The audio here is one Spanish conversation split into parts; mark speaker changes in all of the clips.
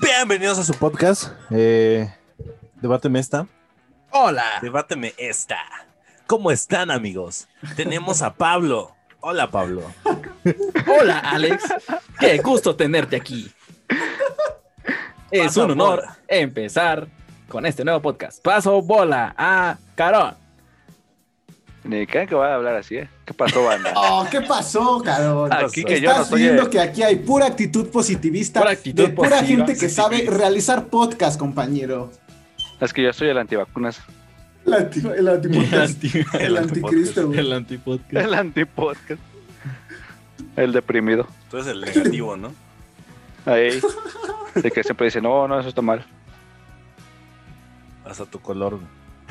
Speaker 1: Bienvenidos a su podcast. Eh, debáteme esta.
Speaker 2: Hola.
Speaker 1: Debáteme esta. ¿Cómo están, amigos? Tenemos a Pablo. Hola, Pablo.
Speaker 2: Hola, Alex. Qué gusto tenerte aquí. Es
Speaker 1: Pasa
Speaker 2: un honor
Speaker 1: bola.
Speaker 2: empezar con este nuevo podcast. Paso bola a Carón.
Speaker 3: Ni creen que van a hablar así, ¿eh? ¿Qué pasó, banda?
Speaker 2: Ah.
Speaker 4: Oh, ¿qué pasó, cabrón?
Speaker 3: Aquí que yo no
Speaker 4: Estás
Speaker 3: soy
Speaker 4: viendo
Speaker 3: el-
Speaker 4: que aquí hay pura actitud positivista
Speaker 2: Pura actitud
Speaker 4: de pura
Speaker 2: positiva.
Speaker 4: gente que sabe realizar podcast, compañero.
Speaker 3: Es que yo soy el antivacunas.
Speaker 4: El, anti, el, antipodcast, el anticristo, güey.
Speaker 2: antipodcast.
Speaker 3: El antipodcast. El deprimido.
Speaker 1: Tú eres el negativo, ¿no?
Speaker 3: Ahí. De que siempre dice, no, no, eso está mal.
Speaker 1: Hasta tu color.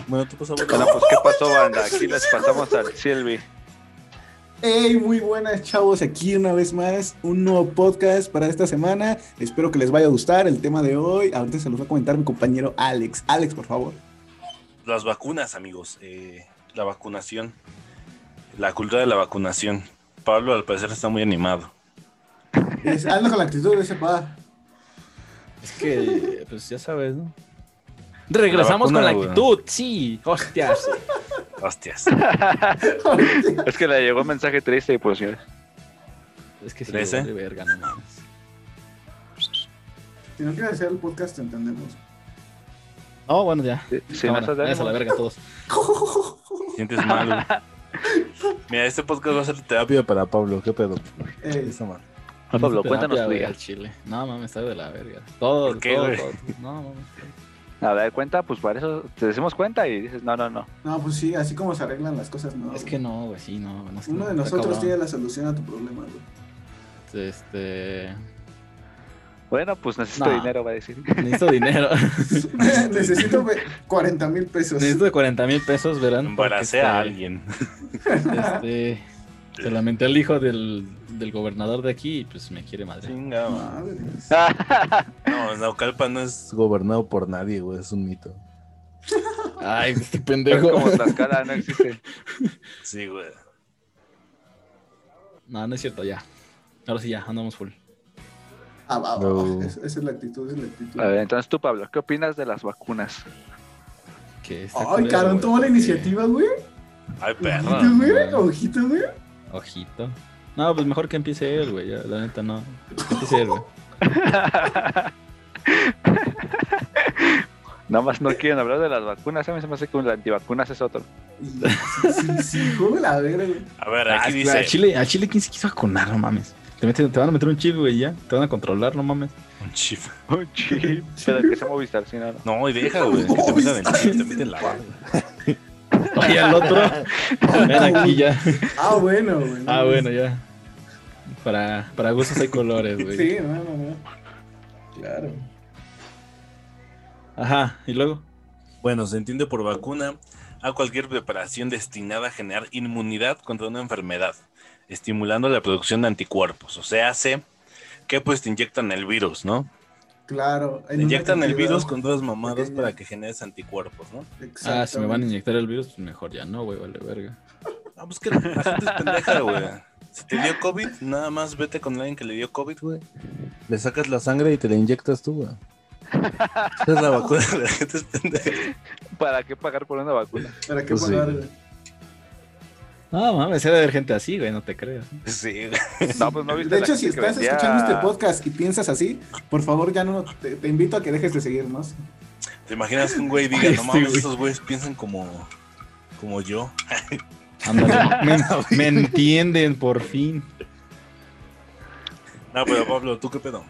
Speaker 1: Bueno, tú pasabas
Speaker 3: Bueno, pues, ¿qué pasó, banda? Aquí les pasamos al Silvi.
Speaker 4: Hey, muy buenas chavos, aquí una vez más, un nuevo podcast para esta semana. Espero que les vaya a gustar el tema de hoy. Ahorita se los va a comentar mi compañero Alex. Alex, por favor.
Speaker 1: las vacunas, amigos. eh, la vacunación. La cultura de la vacunación. Pablo, al parecer, está muy animado.
Speaker 4: Es- Anda con la actitud de ese pa.
Speaker 2: Es que, pues ya sabes, ¿no? Regresamos
Speaker 1: La vacuna,
Speaker 2: con la
Speaker 1: güey.
Speaker 2: actitud, sí. Hostias.
Speaker 1: Hostias.
Speaker 3: Es que le llegó un mensaje triste y pues, ya.
Speaker 2: Es que sí,
Speaker 1: Trece.
Speaker 3: eh?
Speaker 2: vale verga, no mames.
Speaker 4: Si no quieres hacer el podcast, te entendemos.
Speaker 2: No, bueno, ya.
Speaker 3: si no
Speaker 2: Cámara,
Speaker 3: estás de
Speaker 2: váyanse a la
Speaker 3: ánimo,
Speaker 2: verga todos.
Speaker 1: Sientes mal. güey. Mira, este podcast va a ser terapia para Pablo. ¿Qué pedo?
Speaker 4: Ey,
Speaker 1: Está mal.
Speaker 3: Pablo,
Speaker 2: Terapia,
Speaker 3: cuéntanos tu
Speaker 2: güey,
Speaker 3: día.
Speaker 2: al chile. No, mames, está de la verga. Todo,
Speaker 1: ¿Por qué,
Speaker 2: todo,
Speaker 1: güey?
Speaker 2: todo. No, mames.
Speaker 3: A ver, cuenta, pues para eso te decimos cuenta y dices, no, no, no.
Speaker 4: No, pues sí, así como se arreglan las cosas, ¿no?
Speaker 2: Es que no, güey, sí, no. Pues no
Speaker 4: Uno de
Speaker 2: está
Speaker 4: nosotros
Speaker 2: cabrón.
Speaker 4: tiene la solución a tu problema, güey.
Speaker 2: Este.
Speaker 3: Bueno, pues necesito
Speaker 2: No.
Speaker 3: dinero, va a decir.
Speaker 2: Necesito dinero.
Speaker 4: Necesito ve- 40 mil pesos.
Speaker 2: Necesito 40 mil pesos, verán.
Speaker 1: Embaracé
Speaker 2: porque,
Speaker 1: a alguien.
Speaker 2: Este. Se lamenté al hijo del, del gobernador de aquí y pues me quiere madre.
Speaker 1: Chinga, madre.
Speaker 4: Madre.
Speaker 1: No, Naucalpan no es gobernado por nadie, güey, es un mito.
Speaker 2: Ay, este
Speaker 3: Es
Speaker 2: pendejo.
Speaker 3: como Tlaxcala, no existe.
Speaker 1: Sí, güey.
Speaker 2: No, no es cierto, ya. Ahora sí, ya, andamos full.
Speaker 4: Ah, va, va, va.
Speaker 1: No.
Speaker 4: Es- esa es la actitud, esa es la actitud.
Speaker 3: A ver, entonces tú, Pablo, ¿qué opinas de las vacunas?
Speaker 2: Que está
Speaker 4: Ay,
Speaker 2: culero,
Speaker 4: Carón
Speaker 2: güey,
Speaker 4: tomó la
Speaker 2: porque-
Speaker 4: iniciativa, güey.
Speaker 1: Ay, perro.
Speaker 4: Ojito, güey.
Speaker 2: no.
Speaker 4: Ojito, güey.
Speaker 2: Ojito. No, pues mejor que empiece él, güey. ya, La neta, no. Que empiece él, güey.
Speaker 3: Nada más no quieren hablar de las vacunas. A mí se me hace que las antivacunas es otro.
Speaker 4: Y- Sí, sí, sí, güey, la verga, güey.
Speaker 1: A ver,
Speaker 2: Ah,
Speaker 1: aquí
Speaker 2: claro, A
Speaker 1: dice
Speaker 2: Chile, a Chile, ¿quién se quiso vacunar? No mames. Te, meten- te van a meter un chip, güey, ya. Te van a controlar, no mames.
Speaker 1: un chip.
Speaker 3: Un chip. Pero que sea Movistar, si no, no.
Speaker 1: No, y deja, güey. es que te meten el chip, te meten la barba.
Speaker 2: Oye, al otro. Ven aquí ya.
Speaker 4: Ah, bueno, güey.
Speaker 2: Ah, bueno, ya. Para, para gustos hay colores, güey.
Speaker 4: Sí, no, no, no. Claro.
Speaker 2: Ajá, y luego.
Speaker 1: Bueno, se entiende por vacuna a cualquier preparación destinada a generar inmunidad contra una enfermedad, estimulando la producción de anticuerpos. O sea, hace que pues te inyectan el virus, ¿no?
Speaker 4: Claro.
Speaker 1: Te inyectan el virus con dos mamadas
Speaker 4: pequeña.
Speaker 1: para que generes anticuerpos, ¿no?
Speaker 2: Ah, si me van a inyectar el virus, pues mejor ya no, güey, vale verga.
Speaker 1: Ah, pues que la gente es pendeja, güey. Si te dio COVID, nada más vete con alguien que le dio COVID, güey. Le sacas la sangre y te la inyectas tú, güey. Esa es la vacuna de la gente es pendeja.
Speaker 3: ¿Para qué pagar por una vacuna?
Speaker 4: ¿Para qué
Speaker 1: Pues sí.
Speaker 4: pagar, güey?
Speaker 2: No mames, debe haber gente así, güey, no te creas.
Speaker 1: Sí, güey.
Speaker 3: No, pues no viste
Speaker 4: De
Speaker 3: la
Speaker 4: hecho,
Speaker 3: gente
Speaker 4: si
Speaker 3: que
Speaker 4: estás
Speaker 3: vendía-
Speaker 4: escuchando este podcast y piensas así, por favor, ya no te, te invito a que dejes de seguirnos.
Speaker 1: ¿Te imaginas que un güey diga,
Speaker 2: Este
Speaker 1: no mames,
Speaker 2: güey.
Speaker 1: esos güeyes piensan como, como yo?
Speaker 2: Ándale, me, me entienden por fin.
Speaker 1: No, pero Pablo, ¿tú qué pedo?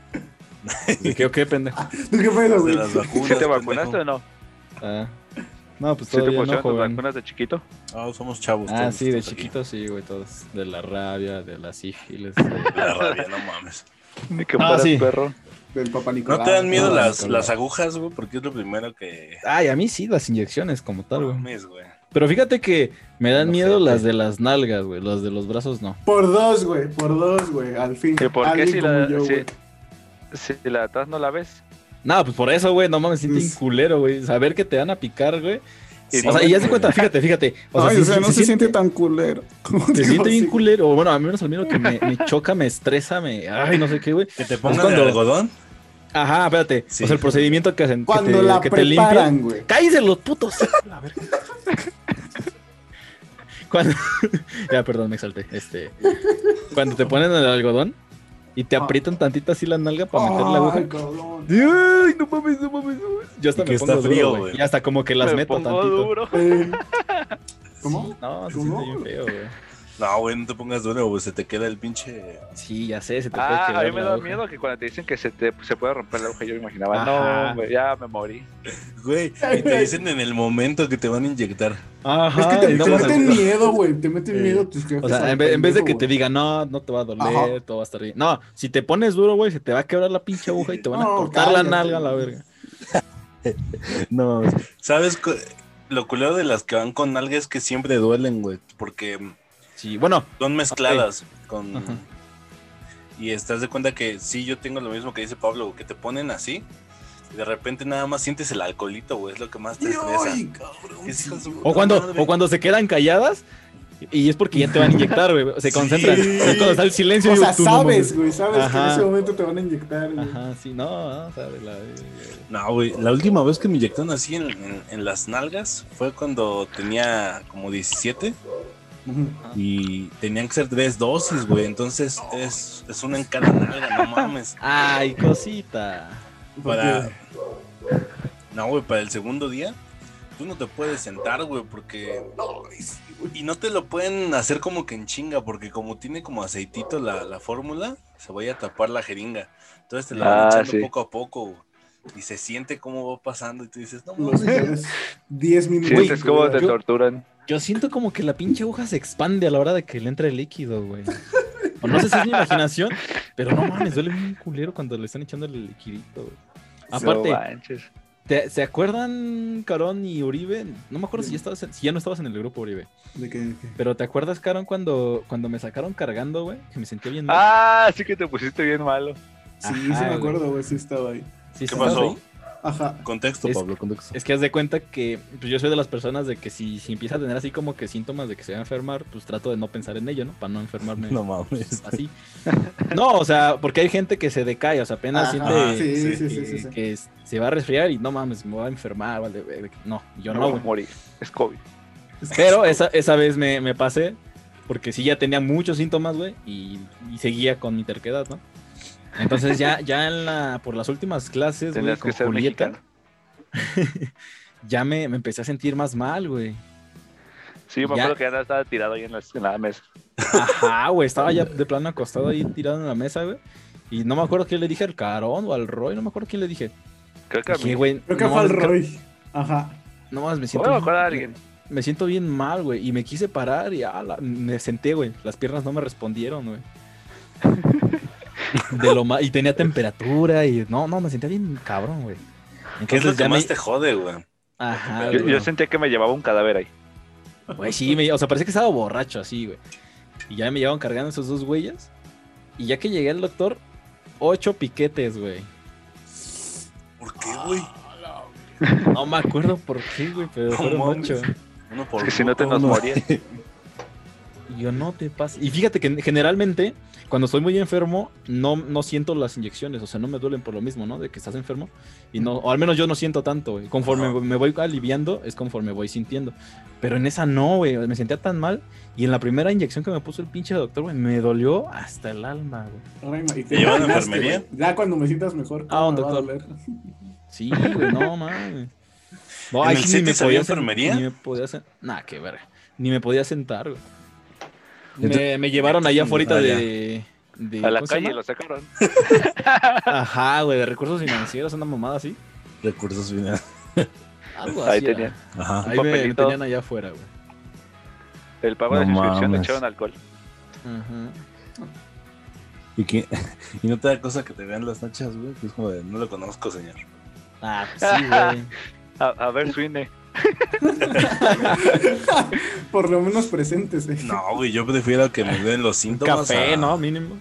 Speaker 2: ¿De ¿Qué o qué, pendejo?
Speaker 4: ¿Tú qué pedo,
Speaker 1: De
Speaker 4: güey?
Speaker 1: las vacunas.
Speaker 3: ¿Sí te
Speaker 1: pendejo.
Speaker 3: vacunaste o no?
Speaker 2: Ah. No, pues
Speaker 3: ¿Sí te
Speaker 2: todavía
Speaker 3: pusieron
Speaker 2: no,
Speaker 3: tus
Speaker 2: joven.
Speaker 3: vacunas de chiquito?
Speaker 1: Ah, somos chavos.
Speaker 2: Ah,
Speaker 1: todos
Speaker 2: sí, de
Speaker 1: estamos aquí.
Speaker 2: chiquito sí, güey, todos. De la rabia, de la sífilis. de-
Speaker 1: Ah, La rabia, no mames.
Speaker 3: Ni que
Speaker 2: Ah,
Speaker 3: fueras
Speaker 2: sí.
Speaker 3: perro.
Speaker 4: Del papá Nicolás.
Speaker 1: ¿No te dan miedo
Speaker 2: no,
Speaker 1: las,
Speaker 2: no, no.
Speaker 1: las agujas, güey? Porque es lo primero que...
Speaker 2: Ay, a mí sí, las inyecciones como tal, güey.
Speaker 1: Mames, güey.
Speaker 2: Pero fíjate que me dan
Speaker 1: No
Speaker 2: miedo
Speaker 1: sé,
Speaker 2: las
Speaker 1: güey.
Speaker 2: de las nalgas, güey. Las de los brazos no.
Speaker 4: Por dos, güey, por dos, güey, al fin.
Speaker 3: ¿Y por qué
Speaker 4: Alguien
Speaker 3: si
Speaker 4: como
Speaker 3: la,
Speaker 4: yo,
Speaker 3: si,
Speaker 4: güey.
Speaker 3: si la de atrás no la ves?
Speaker 2: No, pues por eso, güey, no mames, siente un
Speaker 4: Es-
Speaker 2: culero, güey. Saber que te van a picar, güey.
Speaker 1: Sí,
Speaker 2: o sea, y ya se
Speaker 1: güey.
Speaker 2: cuenta, fíjate, fíjate. O sea,
Speaker 4: Ay,
Speaker 2: sí,
Speaker 4: o sea,
Speaker 2: sí,
Speaker 4: no
Speaker 2: sí
Speaker 4: se, siente tan culero.
Speaker 2: Se
Speaker 4: Digo,
Speaker 2: siente bien
Speaker 4: sí.
Speaker 2: culero. Bueno, a mí menos al menos que me, me choca, me estresa, me. Ay, no sé qué, güey.
Speaker 1: Que te pongan
Speaker 2: cuando-
Speaker 1: el algodón.
Speaker 2: Ajá, espérate.
Speaker 1: Sí.
Speaker 2: O sea, el procedimiento que hacen. que
Speaker 4: Cuando
Speaker 2: te-
Speaker 4: la
Speaker 2: que te limpian.
Speaker 4: preparan, güey.
Speaker 2: ¡Cállense los putos! La verga. Cuando... ya, perdón, me exalté. Este... Cuando te ponen el algodón y te aprietan tantita así la nalga para meter la aguja.
Speaker 4: Ah. Ay, cabrón.
Speaker 2: ¡Ay, no mames, no mames, no mames! Yo hasta
Speaker 1: Y
Speaker 2: me
Speaker 1: que
Speaker 2: pongo
Speaker 1: está
Speaker 2: duro,
Speaker 1: frío,
Speaker 2: güey.
Speaker 1: güey.
Speaker 2: Y hasta como que las
Speaker 3: Me
Speaker 2: meto
Speaker 3: pongo
Speaker 2: tantito.
Speaker 3: duro.
Speaker 4: Eh, ¿Cómo?
Speaker 2: No, se
Speaker 4: ¿Tú
Speaker 2: siente
Speaker 4: no?
Speaker 2: bien feo, güey.
Speaker 1: No, güey, no te pongas duro, güey. Se te queda el pinche.
Speaker 2: Sí, ya sé, se te puede
Speaker 3: Ah, a
Speaker 2: quebrar
Speaker 3: mí me
Speaker 2: la
Speaker 3: da
Speaker 2: hoja.
Speaker 3: miedo que cuando te dicen que se te se puede romper la aguja, yo imaginaba,
Speaker 2: Ajá.
Speaker 3: no, hombre, ya me morí.
Speaker 1: Güey, y te dicen en el momento que te van a inyectar.
Speaker 2: Ajá,
Speaker 4: Es que
Speaker 2: y
Speaker 4: te,
Speaker 2: no
Speaker 4: te
Speaker 2: vas a-
Speaker 4: meten miedo, güey. Te meten
Speaker 2: Eh,
Speaker 4: miedo tus jefes.
Speaker 2: O sea,
Speaker 4: al
Speaker 2: en vez, en vez de
Speaker 4: pendejo,
Speaker 2: que te
Speaker 4: güey.
Speaker 2: diga, no, no te va a doler,
Speaker 4: Ajá.
Speaker 2: todo va a estar bien. No, si te pones duro, güey, se te va a quebrar la pinche aguja y te van a
Speaker 4: No,
Speaker 2: cortar
Speaker 4: cállate,
Speaker 2: la nalga a la
Speaker 4: güey.
Speaker 2: verga. no,
Speaker 1: ¿Sabes? cu- Lo culero de las que van con algas es que siempre duelen, güey. Porque
Speaker 2: sí, bueno,
Speaker 1: son mezcladas con.
Speaker 2: Ajá.
Speaker 1: Y estás de cuenta que sí, yo tengo lo mismo que dice Pablo, güey, que te ponen así. Y de repente nada más sientes el alcoholito, güey. Es lo que más te estresa.
Speaker 4: Ay, cabrón.
Speaker 1: Es hijo de su
Speaker 2: o
Speaker 1: puta
Speaker 2: cuando,
Speaker 1: madre.
Speaker 2: o cuando se quedan calladas y es porque ya te van a inyectar, güey, se concentran. Ya cuando está el silencio,
Speaker 4: O
Speaker 2: digo,
Speaker 4: sea,
Speaker 2: "Tú no
Speaker 4: sabes,
Speaker 2: mames".
Speaker 4: güey, sabes que en
Speaker 2: Ajá.
Speaker 4: ese momento te van a inyectar, güey.
Speaker 2: Ajá, sí, no, no, o sea, de la-
Speaker 1: No, güey, la última vez que me inyectaron así en, en- en las nalgas fue cuando tenía como 17
Speaker 4: Ujú.
Speaker 1: y tenían que ser tres dosis, güey. Entonces es, es una en cada nalga, no mames.
Speaker 2: Ay, cosita.
Speaker 1: Para. No, güey, para el segundo día tú no te puedes sentar, güey, porque.
Speaker 4: Ay, sí, güey.
Speaker 1: Y no te lo pueden hacer como que en chinga, porque como tiene como aceitito la, la fórmula, se vaya a tapar la jeringa. Entonces te la van
Speaker 3: Ah,
Speaker 1: echando
Speaker 3: sí.
Speaker 1: poco a poco, güey, Y se siente cómo va pasando y tú dices, no
Speaker 4: Los
Speaker 1: mames.
Speaker 4: primeros 10 minutos.
Speaker 3: Sientes cómo te
Speaker 4: güey.
Speaker 3: torturan.
Speaker 2: Yo siento como que la pinche aguja se expande a la hora de que le entra el líquido, güey. O no sé si es mi imaginación, pero no mames, duele un culero cuando le están echando el liquidito. güey. Aparte,
Speaker 3: No manches.
Speaker 2: ¿te- ¿se acuerdan, Carón y Uribe? No me acuerdo si ya, estabas en- si ya no estabas en el grupo, Uribe.
Speaker 4: De que- de que-
Speaker 2: Pero ¿te acuerdas, Carón, cuando, cuando me sacaron cargando, güey? Que me sentía bien mal.
Speaker 3: Ah, sí que te pusiste bien malo.
Speaker 4: Sí, sí
Speaker 2: Ajá, güey.
Speaker 4: me acuerdo, güey, sí estaba ahí.
Speaker 2: Sí,
Speaker 1: ¿Qué
Speaker 2: ¿estabas
Speaker 1: pasó?
Speaker 2: ahí?
Speaker 4: Ajá.
Speaker 1: Contexto,
Speaker 2: Es-
Speaker 1: Pablo, contexto.
Speaker 2: Es que haz de cuenta que pues, yo soy de las personas de que si, si empieza a tener así como que síntomas de que se va a enfermar, pues trato de no pensar en ello, ¿no? Para no enfermarme.
Speaker 1: No mames.
Speaker 2: así. No, o sea, porque hay gente que se decae, o sea, apenas
Speaker 4: Ajá,
Speaker 2: siente
Speaker 4: sí, sí,
Speaker 1: sí,
Speaker 4: sí,
Speaker 2: que,
Speaker 4: sí, sí.
Speaker 2: que s- se va a resfriar y no mames, me va a enfermar, vale, verga. no, yo
Speaker 3: No,
Speaker 2: no,
Speaker 3: voy a
Speaker 2: güey.
Speaker 3: morir. Es COVID.
Speaker 2: Pero esa, esa vez me, me pasé, porque sí ya tenía muchos síntomas, güey, y, y seguía con mi terquedad, ¿no? Entonces ya, ya en la, por las últimas clases, güey,
Speaker 3: Tendrás
Speaker 2: con
Speaker 3: que ser
Speaker 2: Julieta,
Speaker 3: mexicano.
Speaker 2: ya me, me empecé a sentir más mal, güey.
Speaker 3: Sí, yo me
Speaker 2: Ya.
Speaker 3: acuerdo que ya estaba tirado ahí en la, en la mesa.
Speaker 2: Ajá, güey, estaba ya de plano acostado ahí tirado en la mesa, güey. Y no me acuerdo quién le dije al Carón o al Roy, no me acuerdo quién le dije.
Speaker 3: Creo que a
Speaker 2: Dije,
Speaker 3: mí.
Speaker 2: Pues güey,
Speaker 4: Creo que
Speaker 2: no
Speaker 4: fue al
Speaker 2: mames, creo-
Speaker 4: Roy. Ajá.
Speaker 2: No mames, me siento,
Speaker 3: Bueno, me acuerdo de
Speaker 2: bien,
Speaker 3: alguien.
Speaker 2: me siento bien mal, güey. Y me quise parar y ala, me senté, güey. Las piernas no me respondieron, güey. De lo ma- y tenía temperatura y no, no, me sentía bien cabrón, güey.
Speaker 1: ¿Qué es lo
Speaker 2: Entonces
Speaker 1: que
Speaker 2: ya me...
Speaker 1: más te jode, güey?
Speaker 2: Ajá,
Speaker 3: Yo,
Speaker 2: güey.
Speaker 3: yo sentía que me llevaba un cadáver ahí.
Speaker 2: Güey, sí, me- o sea, parecía que estaba borracho así, güey. Y ya me llevaban cargando esos dos güeyes. Y ya que llegué al doctor, ocho piquetes, güey.
Speaker 1: ¿Por qué, güey?
Speaker 2: No me acuerdo por qué, güey, pero
Speaker 1: No
Speaker 2: fueron
Speaker 1: mames.
Speaker 2: ocho.
Speaker 1: Uno
Speaker 3: Es
Speaker 1: por
Speaker 3: que si no te
Speaker 1: uno.
Speaker 3: nos morías.
Speaker 2: Y Yo no te pasa. Y fíjate que generalmente, cuando estoy muy enfermo, no, no siento las inyecciones. O sea, no me duelen por lo mismo, ¿no? De que estás enfermo. Y no, o al menos yo no siento tanto, güey. Conforme
Speaker 1: Ajá.
Speaker 2: me voy aliviando, es conforme voy sintiendo. Pero en esa no, güey. Me sentía tan mal. Y en la primera inyección que me puso el pinche doctor, güey, me dolió hasta el alma, güey.
Speaker 4: Ahora ima- y
Speaker 1: ¿Te llevaron a
Speaker 4: imaginaste,
Speaker 1: enfermería?
Speaker 4: güey. Ya cuando me sientas mejor.
Speaker 2: Ah, un
Speaker 4: ¿cómo me va a
Speaker 2: doctor.
Speaker 4: doler?
Speaker 2: Sí, güey, no mames. No,
Speaker 1: ¿En
Speaker 2: ahí
Speaker 1: el
Speaker 2: sí ni me
Speaker 1: CETIS había
Speaker 2: podía sen-
Speaker 1: enfermería?
Speaker 2: Ni me podía sentar. Nah, qué verga. Ni me podía sentar, güey. Me, me llevaron allá afuera
Speaker 1: Ah, ya.
Speaker 2: de, de-
Speaker 3: A la
Speaker 2: ¿cómo se
Speaker 3: calle
Speaker 2: llama?
Speaker 3: lo sacaron.
Speaker 2: Ajá, güey, de recursos financieros, una mamada así.
Speaker 1: Recursos finales.
Speaker 2: Algo así.
Speaker 3: Ahí
Speaker 2: era.
Speaker 3: tenía.
Speaker 1: Ajá.
Speaker 2: Ahí me- me,
Speaker 3: papelito.
Speaker 2: tenían allá afuera, güey.
Speaker 3: El pago de
Speaker 1: No
Speaker 3: suscripción le
Speaker 1: mames.
Speaker 3: echaron alcohol.
Speaker 2: Ajá.
Speaker 1: ¿Y, qué? y no te da cosa que te vean las nachas, güey. Que es como de, no lo conozco, señor.
Speaker 2: Ah, pues sí, güey.
Speaker 3: A, a ver, Swine.
Speaker 4: Por lo menos presentes, eh.
Speaker 1: No, güey, yo prefiero que me den los síntomas.
Speaker 2: Café,
Speaker 1: a-
Speaker 2: ¿no? Mínimo.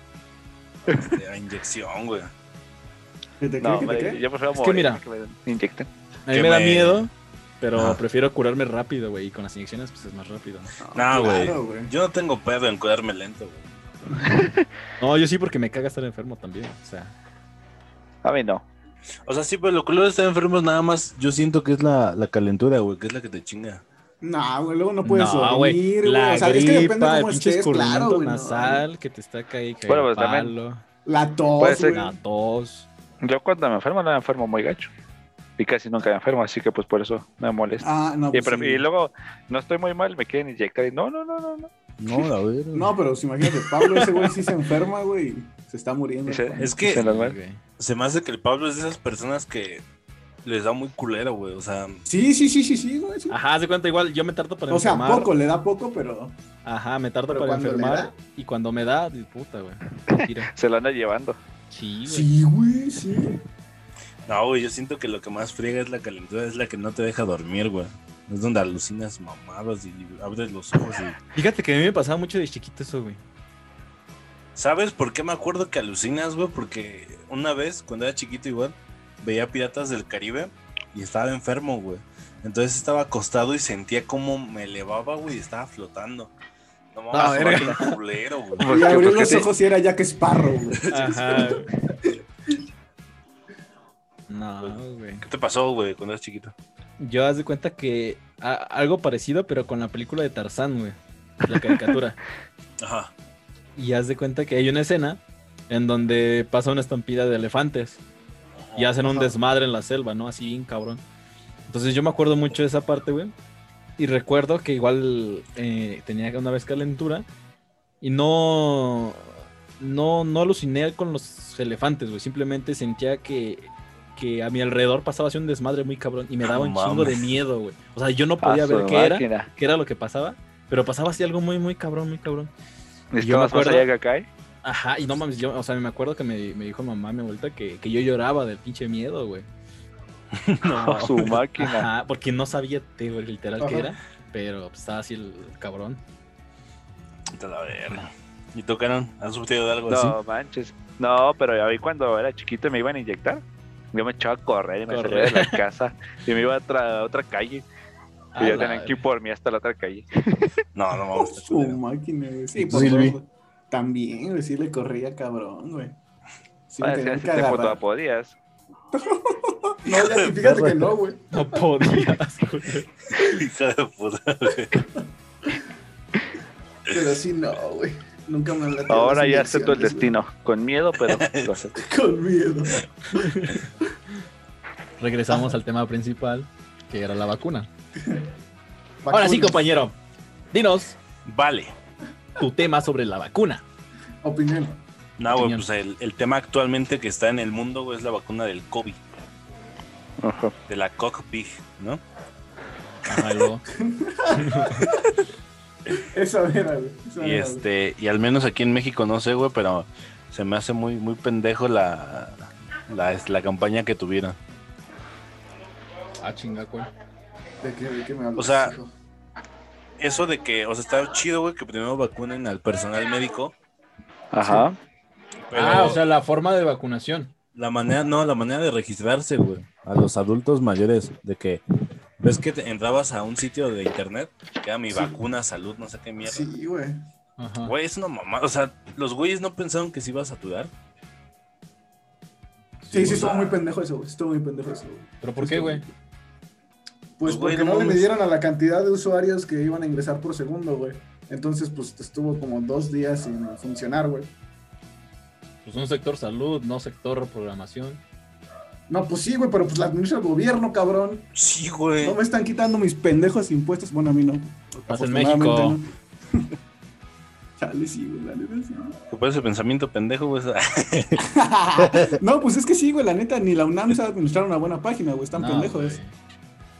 Speaker 1: A inyección, güey.
Speaker 4: ¿Que te
Speaker 3: No,
Speaker 4: cree, que te
Speaker 3: me-
Speaker 4: cree?
Speaker 3: yo prefiero
Speaker 2: Es que
Speaker 3: morir,
Speaker 2: mira.
Speaker 3: que me den- inyecten.
Speaker 2: A mí
Speaker 1: Que
Speaker 2: me da
Speaker 1: me-
Speaker 2: miedo, pero
Speaker 1: Ajá.
Speaker 2: prefiero curarme rápido, güey. Y con las inyecciones, pues es más rápido. ¿no?
Speaker 1: No, güey.
Speaker 4: claro, güey.
Speaker 1: Yo no tengo pedo en cuidarme lento, güey.
Speaker 2: No, yo sí, porque me caga estar enfermo también. O sea,
Speaker 3: A mí no.
Speaker 1: O sea, sí, pero lo que luego están enfermos nada más, yo siento que es la, la calentura, güey, que es la que te chinga.
Speaker 4: No, güey, luego no puedes
Speaker 2: No,
Speaker 4: dormir, güey.
Speaker 2: La
Speaker 4: O sea,
Speaker 2: gripa,
Speaker 4: es que depende de
Speaker 2: el
Speaker 4: cómo
Speaker 2: pinche
Speaker 4: estés, claro,
Speaker 2: escurrimiento
Speaker 4: güey. no.
Speaker 2: nasal que te está cayendo.
Speaker 3: Bueno, pues, también-
Speaker 2: palo,
Speaker 4: La tos,
Speaker 3: Puede ser-
Speaker 4: güey.
Speaker 2: la tos.
Speaker 3: Yo cuando me enfermo, no me enfermo muy gacho. Y casi nunca me enfermo, así que pues por eso me molesta.
Speaker 4: Ah, no,
Speaker 3: y,
Speaker 4: pues,
Speaker 3: pre-
Speaker 4: sí.
Speaker 3: y luego, no estoy muy mal, me quieren inyectar y no, no, no, no. no.
Speaker 1: No, la verdad.
Speaker 4: No, pero pues, imagínate, Pablo, ese güey sí se enferma, güey. Se está muriendo.
Speaker 3: Y se-
Speaker 1: Es que-
Speaker 3: se las van.
Speaker 2: güey.
Speaker 1: Se me hace que el Pablo es de esas personas que les da muy culero, güey. O sea,
Speaker 4: Sí, sí, sí, sí, sí, güey. sí.
Speaker 2: Ajá, haz de cuenta igual, yo me tardo
Speaker 3: Ah,
Speaker 2: para
Speaker 4: O sea,
Speaker 2: enfermar.
Speaker 4: poco, le da poco, pero.
Speaker 2: Ajá, me tardo
Speaker 4: Pero
Speaker 2: para
Speaker 4: cuando le
Speaker 2: enfermar.
Speaker 4: da.
Speaker 2: Y cuando me da, di- puta, güey. Tira.
Speaker 3: Se la anda llevando.
Speaker 2: Sí, güey.
Speaker 4: Sí, güey, sí.
Speaker 1: no, güey, yo siento que lo que más friega es la calentura, es la que no te deja dormir, güey. Es donde alucinas mamadas y abres los ojos y
Speaker 2: Fíjate que a mí me pasaba mucho de chiquito eso, güey.
Speaker 1: ¿Sabes por qué me acuerdo que alucinas, güey? Porque una vez, cuando era chiquito igual, veía Piratas del Caribe y estaba enfermo, güey. Entonces estaba acostado y sentía cómo me elevaba, güey, y estaba flotando. No
Speaker 2: Ah,
Speaker 1: mames, estaba bien culero, güey.
Speaker 3: Pues
Speaker 4: Y
Speaker 3: que-
Speaker 4: abrió
Speaker 3: pues que
Speaker 4: los
Speaker 3: sí.
Speaker 4: ojos y era Jack Sparrow, güey.
Speaker 2: Ajá. No, güey.
Speaker 1: ¿Qué te pasó, güey, cuando eras chiquito?
Speaker 2: Yo haz de cuenta que a- algo parecido, pero con la película de Tarzán, güey. La caricatura.
Speaker 1: Ajá.
Speaker 2: y haz de cuenta que hay una escena en donde pasa una estampida de elefantes
Speaker 1: Ah,
Speaker 2: y hacen un desmadre en la selva, ¿no? Así, bien cabrón. Entonces yo me acuerdo mucho de esa parte, güey. Y recuerdo que igual eh, tenía una vez calentura y no, no, no aluciné con los elefantes, güey. Simplemente sentía que, que a mi alrededor pasaba así un desmadre muy cabrón y me daba
Speaker 1: No
Speaker 2: un chingo de
Speaker 1: mames.
Speaker 2: miedo, güey. O sea, yo no
Speaker 3: A
Speaker 2: podía
Speaker 3: su
Speaker 2: ver qué era,
Speaker 3: máquina.
Speaker 2: qué era lo que pasaba, pero pasaba así algo muy, muy cabrón, muy cabrón. Yo me
Speaker 3: Necesitamos más
Speaker 2: acuerdo-
Speaker 3: allá que acá, ¿eh?
Speaker 2: Ajá, y no mames, yo, o sea, me acuerdo que me, me dijo mamá, mi abuelita, que, que yo lloraba del pinche miedo, güey.
Speaker 3: A su máquina.
Speaker 2: Ajá, porque no sabía, te digo, literal que
Speaker 4: Ajá.
Speaker 2: era, pero pues, estaba así el cabrón.
Speaker 1: Te la verga. ¿Y tocaron? ¿Han sufrido de algo
Speaker 2: Pues
Speaker 1: así?
Speaker 3: No manches. No, pero a mí cuando era chiquito me iban a inyectar. Yo me echaba a correr y me
Speaker 2: Correr.
Speaker 3: salía de la casa y me iba a otra, a otra calle.
Speaker 2: A
Speaker 3: Y ya
Speaker 2: la
Speaker 3: tenían que ir
Speaker 2: verga.
Speaker 3: por mí hasta la otra calle.
Speaker 1: No, no mames. está
Speaker 4: Oh, Su
Speaker 1: culero.
Speaker 4: máquina, güey.
Speaker 5: ¿Y
Speaker 4: Sí,
Speaker 5: tú,
Speaker 4: por
Speaker 5: Silvi?
Speaker 4: favor. También, güey, sí le corría cabrón, güey. Sí,
Speaker 3: Bueno,
Speaker 4: me
Speaker 3: si en
Speaker 4: tenían
Speaker 3: Ah, ese
Speaker 4: que
Speaker 3: tiempo
Speaker 4: agarrar.
Speaker 3: todavía podías.
Speaker 4: No, ya, sí, fíjate que no, güey.
Speaker 2: No podías, güey.
Speaker 1: Hija de puta.
Speaker 4: Pero sí, no, güey. Nunca me han latido
Speaker 3: Ahora
Speaker 4: las
Speaker 3: ya acepto el
Speaker 4: inyecciones,
Speaker 3: destino. Con miedo, pero lo acepto.
Speaker 4: güey. Con miedo.
Speaker 2: Regresamos al tema principal, que era la vacuna. Ahora sí,
Speaker 4: Vacunas.
Speaker 2: compañero, dinos
Speaker 1: Vale.
Speaker 2: tu tema sobre la vacuna.
Speaker 4: Opinión.
Speaker 1: No, güey,
Speaker 2: Opinión.
Speaker 1: pues el, el tema actualmente que está en el mundo, güey, es la vacuna del COVID,
Speaker 3: Ajá.
Speaker 1: de la Cockpig, ¿no?
Speaker 2: Ajá, y luego,
Speaker 4: Esa era, güey. Esa
Speaker 1: Y
Speaker 4: era, güey.
Speaker 1: este, y al menos aquí en México, no sé, güey, pero se me hace muy, muy pendejo la, la, es- la campaña que tuvieron.
Speaker 2: ah, chinga, güey.
Speaker 4: ¿De qué, de qué me hablas,
Speaker 1: O sea,
Speaker 4: hijo?
Speaker 1: Eso de que, o sea, está chido, güey, que primero vacunen al personal médico,
Speaker 3: Ajá.
Speaker 1: pero
Speaker 2: Ah, o sea, la forma de vacunación.
Speaker 1: la manera, no, la manera de registrarse, güey, a los adultos mayores, de que ves que te entrabas a un sitio de internet, que era mi
Speaker 4: Sí.
Speaker 1: vacuna, salud, no sé qué mierda.
Speaker 4: Sí, güey.
Speaker 2: Ajá.
Speaker 1: Güey, es una mamada. O sea, los güeyes no pensaron que se iba a saturar.
Speaker 4: Sí, sí,
Speaker 1: o sea,
Speaker 4: estuvo muy pendejo eso, güey. Estuvo muy pendejo eso, güey.
Speaker 2: ¿Pero por qué, güey?
Speaker 1: Pues,
Speaker 4: Pues
Speaker 1: güey,
Speaker 4: porque
Speaker 1: no
Speaker 4: no le
Speaker 1: mames.
Speaker 4: midieron a la cantidad de usuarios que iban a ingresar por segundo, güey. Entonces, pues estuvo como dos días sin funcionar, güey.
Speaker 2: Pues un sector salud, no sector programación.
Speaker 4: No, pues sí, güey, pero pues la administra el gobierno, cabrón.
Speaker 1: Sí, güey.
Speaker 4: No me están quitando mis pendejos impuestos. Bueno, a mí no.
Speaker 2: Pasa en
Speaker 4: Afortunadamente,
Speaker 2: México.
Speaker 4: no. Chale, sí, güey, la neta sí.
Speaker 1: Por ese pensamiento pendejo, güey.
Speaker 4: no, pues es que sí, güey, la neta, ni la UNAM sabe administrar una buena página, güey, están
Speaker 2: No,
Speaker 4: pendejos.
Speaker 2: güey.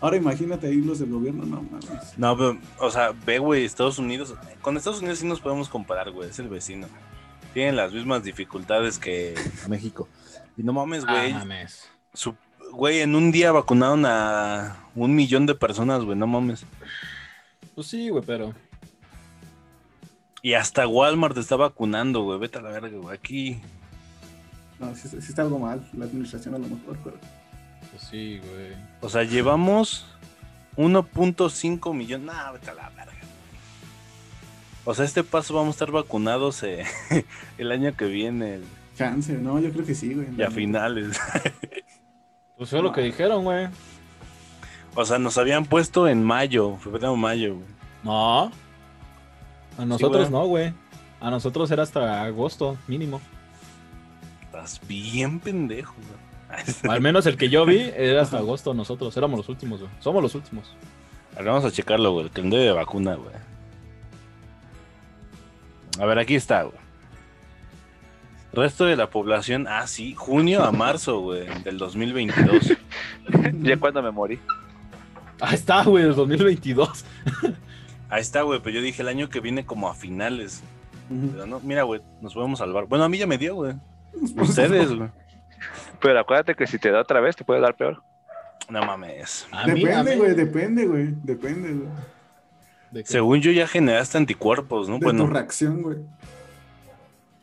Speaker 4: Ahora imagínate ahí los del gobierno, no mames.
Speaker 1: No, pero, o sea, ve, güey, Estados Unidos. Con Estados Unidos sí nos podemos comparar, güey. Es el vecino. Tienen las mismas dificultades que México. Y no mames,
Speaker 2: Ah,
Speaker 1: güey.
Speaker 2: mames.
Speaker 1: su- Güey, en un día vacunaron a un millón de personas, güey. No mames.
Speaker 2: Pues sí, güey, pero.
Speaker 1: Y hasta Walmart está vacunando, güey. Vete a la verga, güey. Aquí.
Speaker 4: No, sí, sí está algo mal, la administración a lo mejor, pero.
Speaker 2: Pues sí, güey.
Speaker 1: O sea, llevamos 1.5 millones. Nah, vete a la verga. O sea, este paso vamos a estar vacunados eh, el año que viene el-
Speaker 4: Mm. Chance, no, yo creo que sí, güey.
Speaker 1: y a finales.
Speaker 2: Pues fue lo que dijeron, güey.
Speaker 1: O sea, nos habían puesto en mayo, febrero mayo, güey.
Speaker 2: No. A
Speaker 1: güey.
Speaker 2: nosotros no, güey. A nosotros era hasta agosto, mínimo.
Speaker 1: Estás bien pendejo, güey.
Speaker 2: Al menos el que yo vi era hasta agosto, nosotros. Éramos los últimos, güey. Somos los últimos.
Speaker 1: A ver, vamos a checarlo, güey. El calendario de vacuna, güey. A ver, aquí está, güey. Resto de la población, ah, sí, junio a marzo, güey, del 2022.
Speaker 3: Ya cuando me morí.
Speaker 2: Ahí está, güey, el 2022.
Speaker 1: Ahí está, güey, pero yo dije el año que viene como a finales. Pero no, mira, güey, nos podemos salvar. Bueno, a mí ya me dio, güey. Ustedes, güey.
Speaker 3: Pero acuérdate que si te da otra vez, te puede dar peor.
Speaker 1: No mames.
Speaker 2: A mí, a
Speaker 4: Depende,
Speaker 2: mí-
Speaker 4: güey, depende, güey. Depende, güey.
Speaker 2: ¿De qué?
Speaker 1: Según yo ya generaste anticuerpos, ¿no?
Speaker 4: De
Speaker 1: Bueno,
Speaker 4: tu reacción, güey.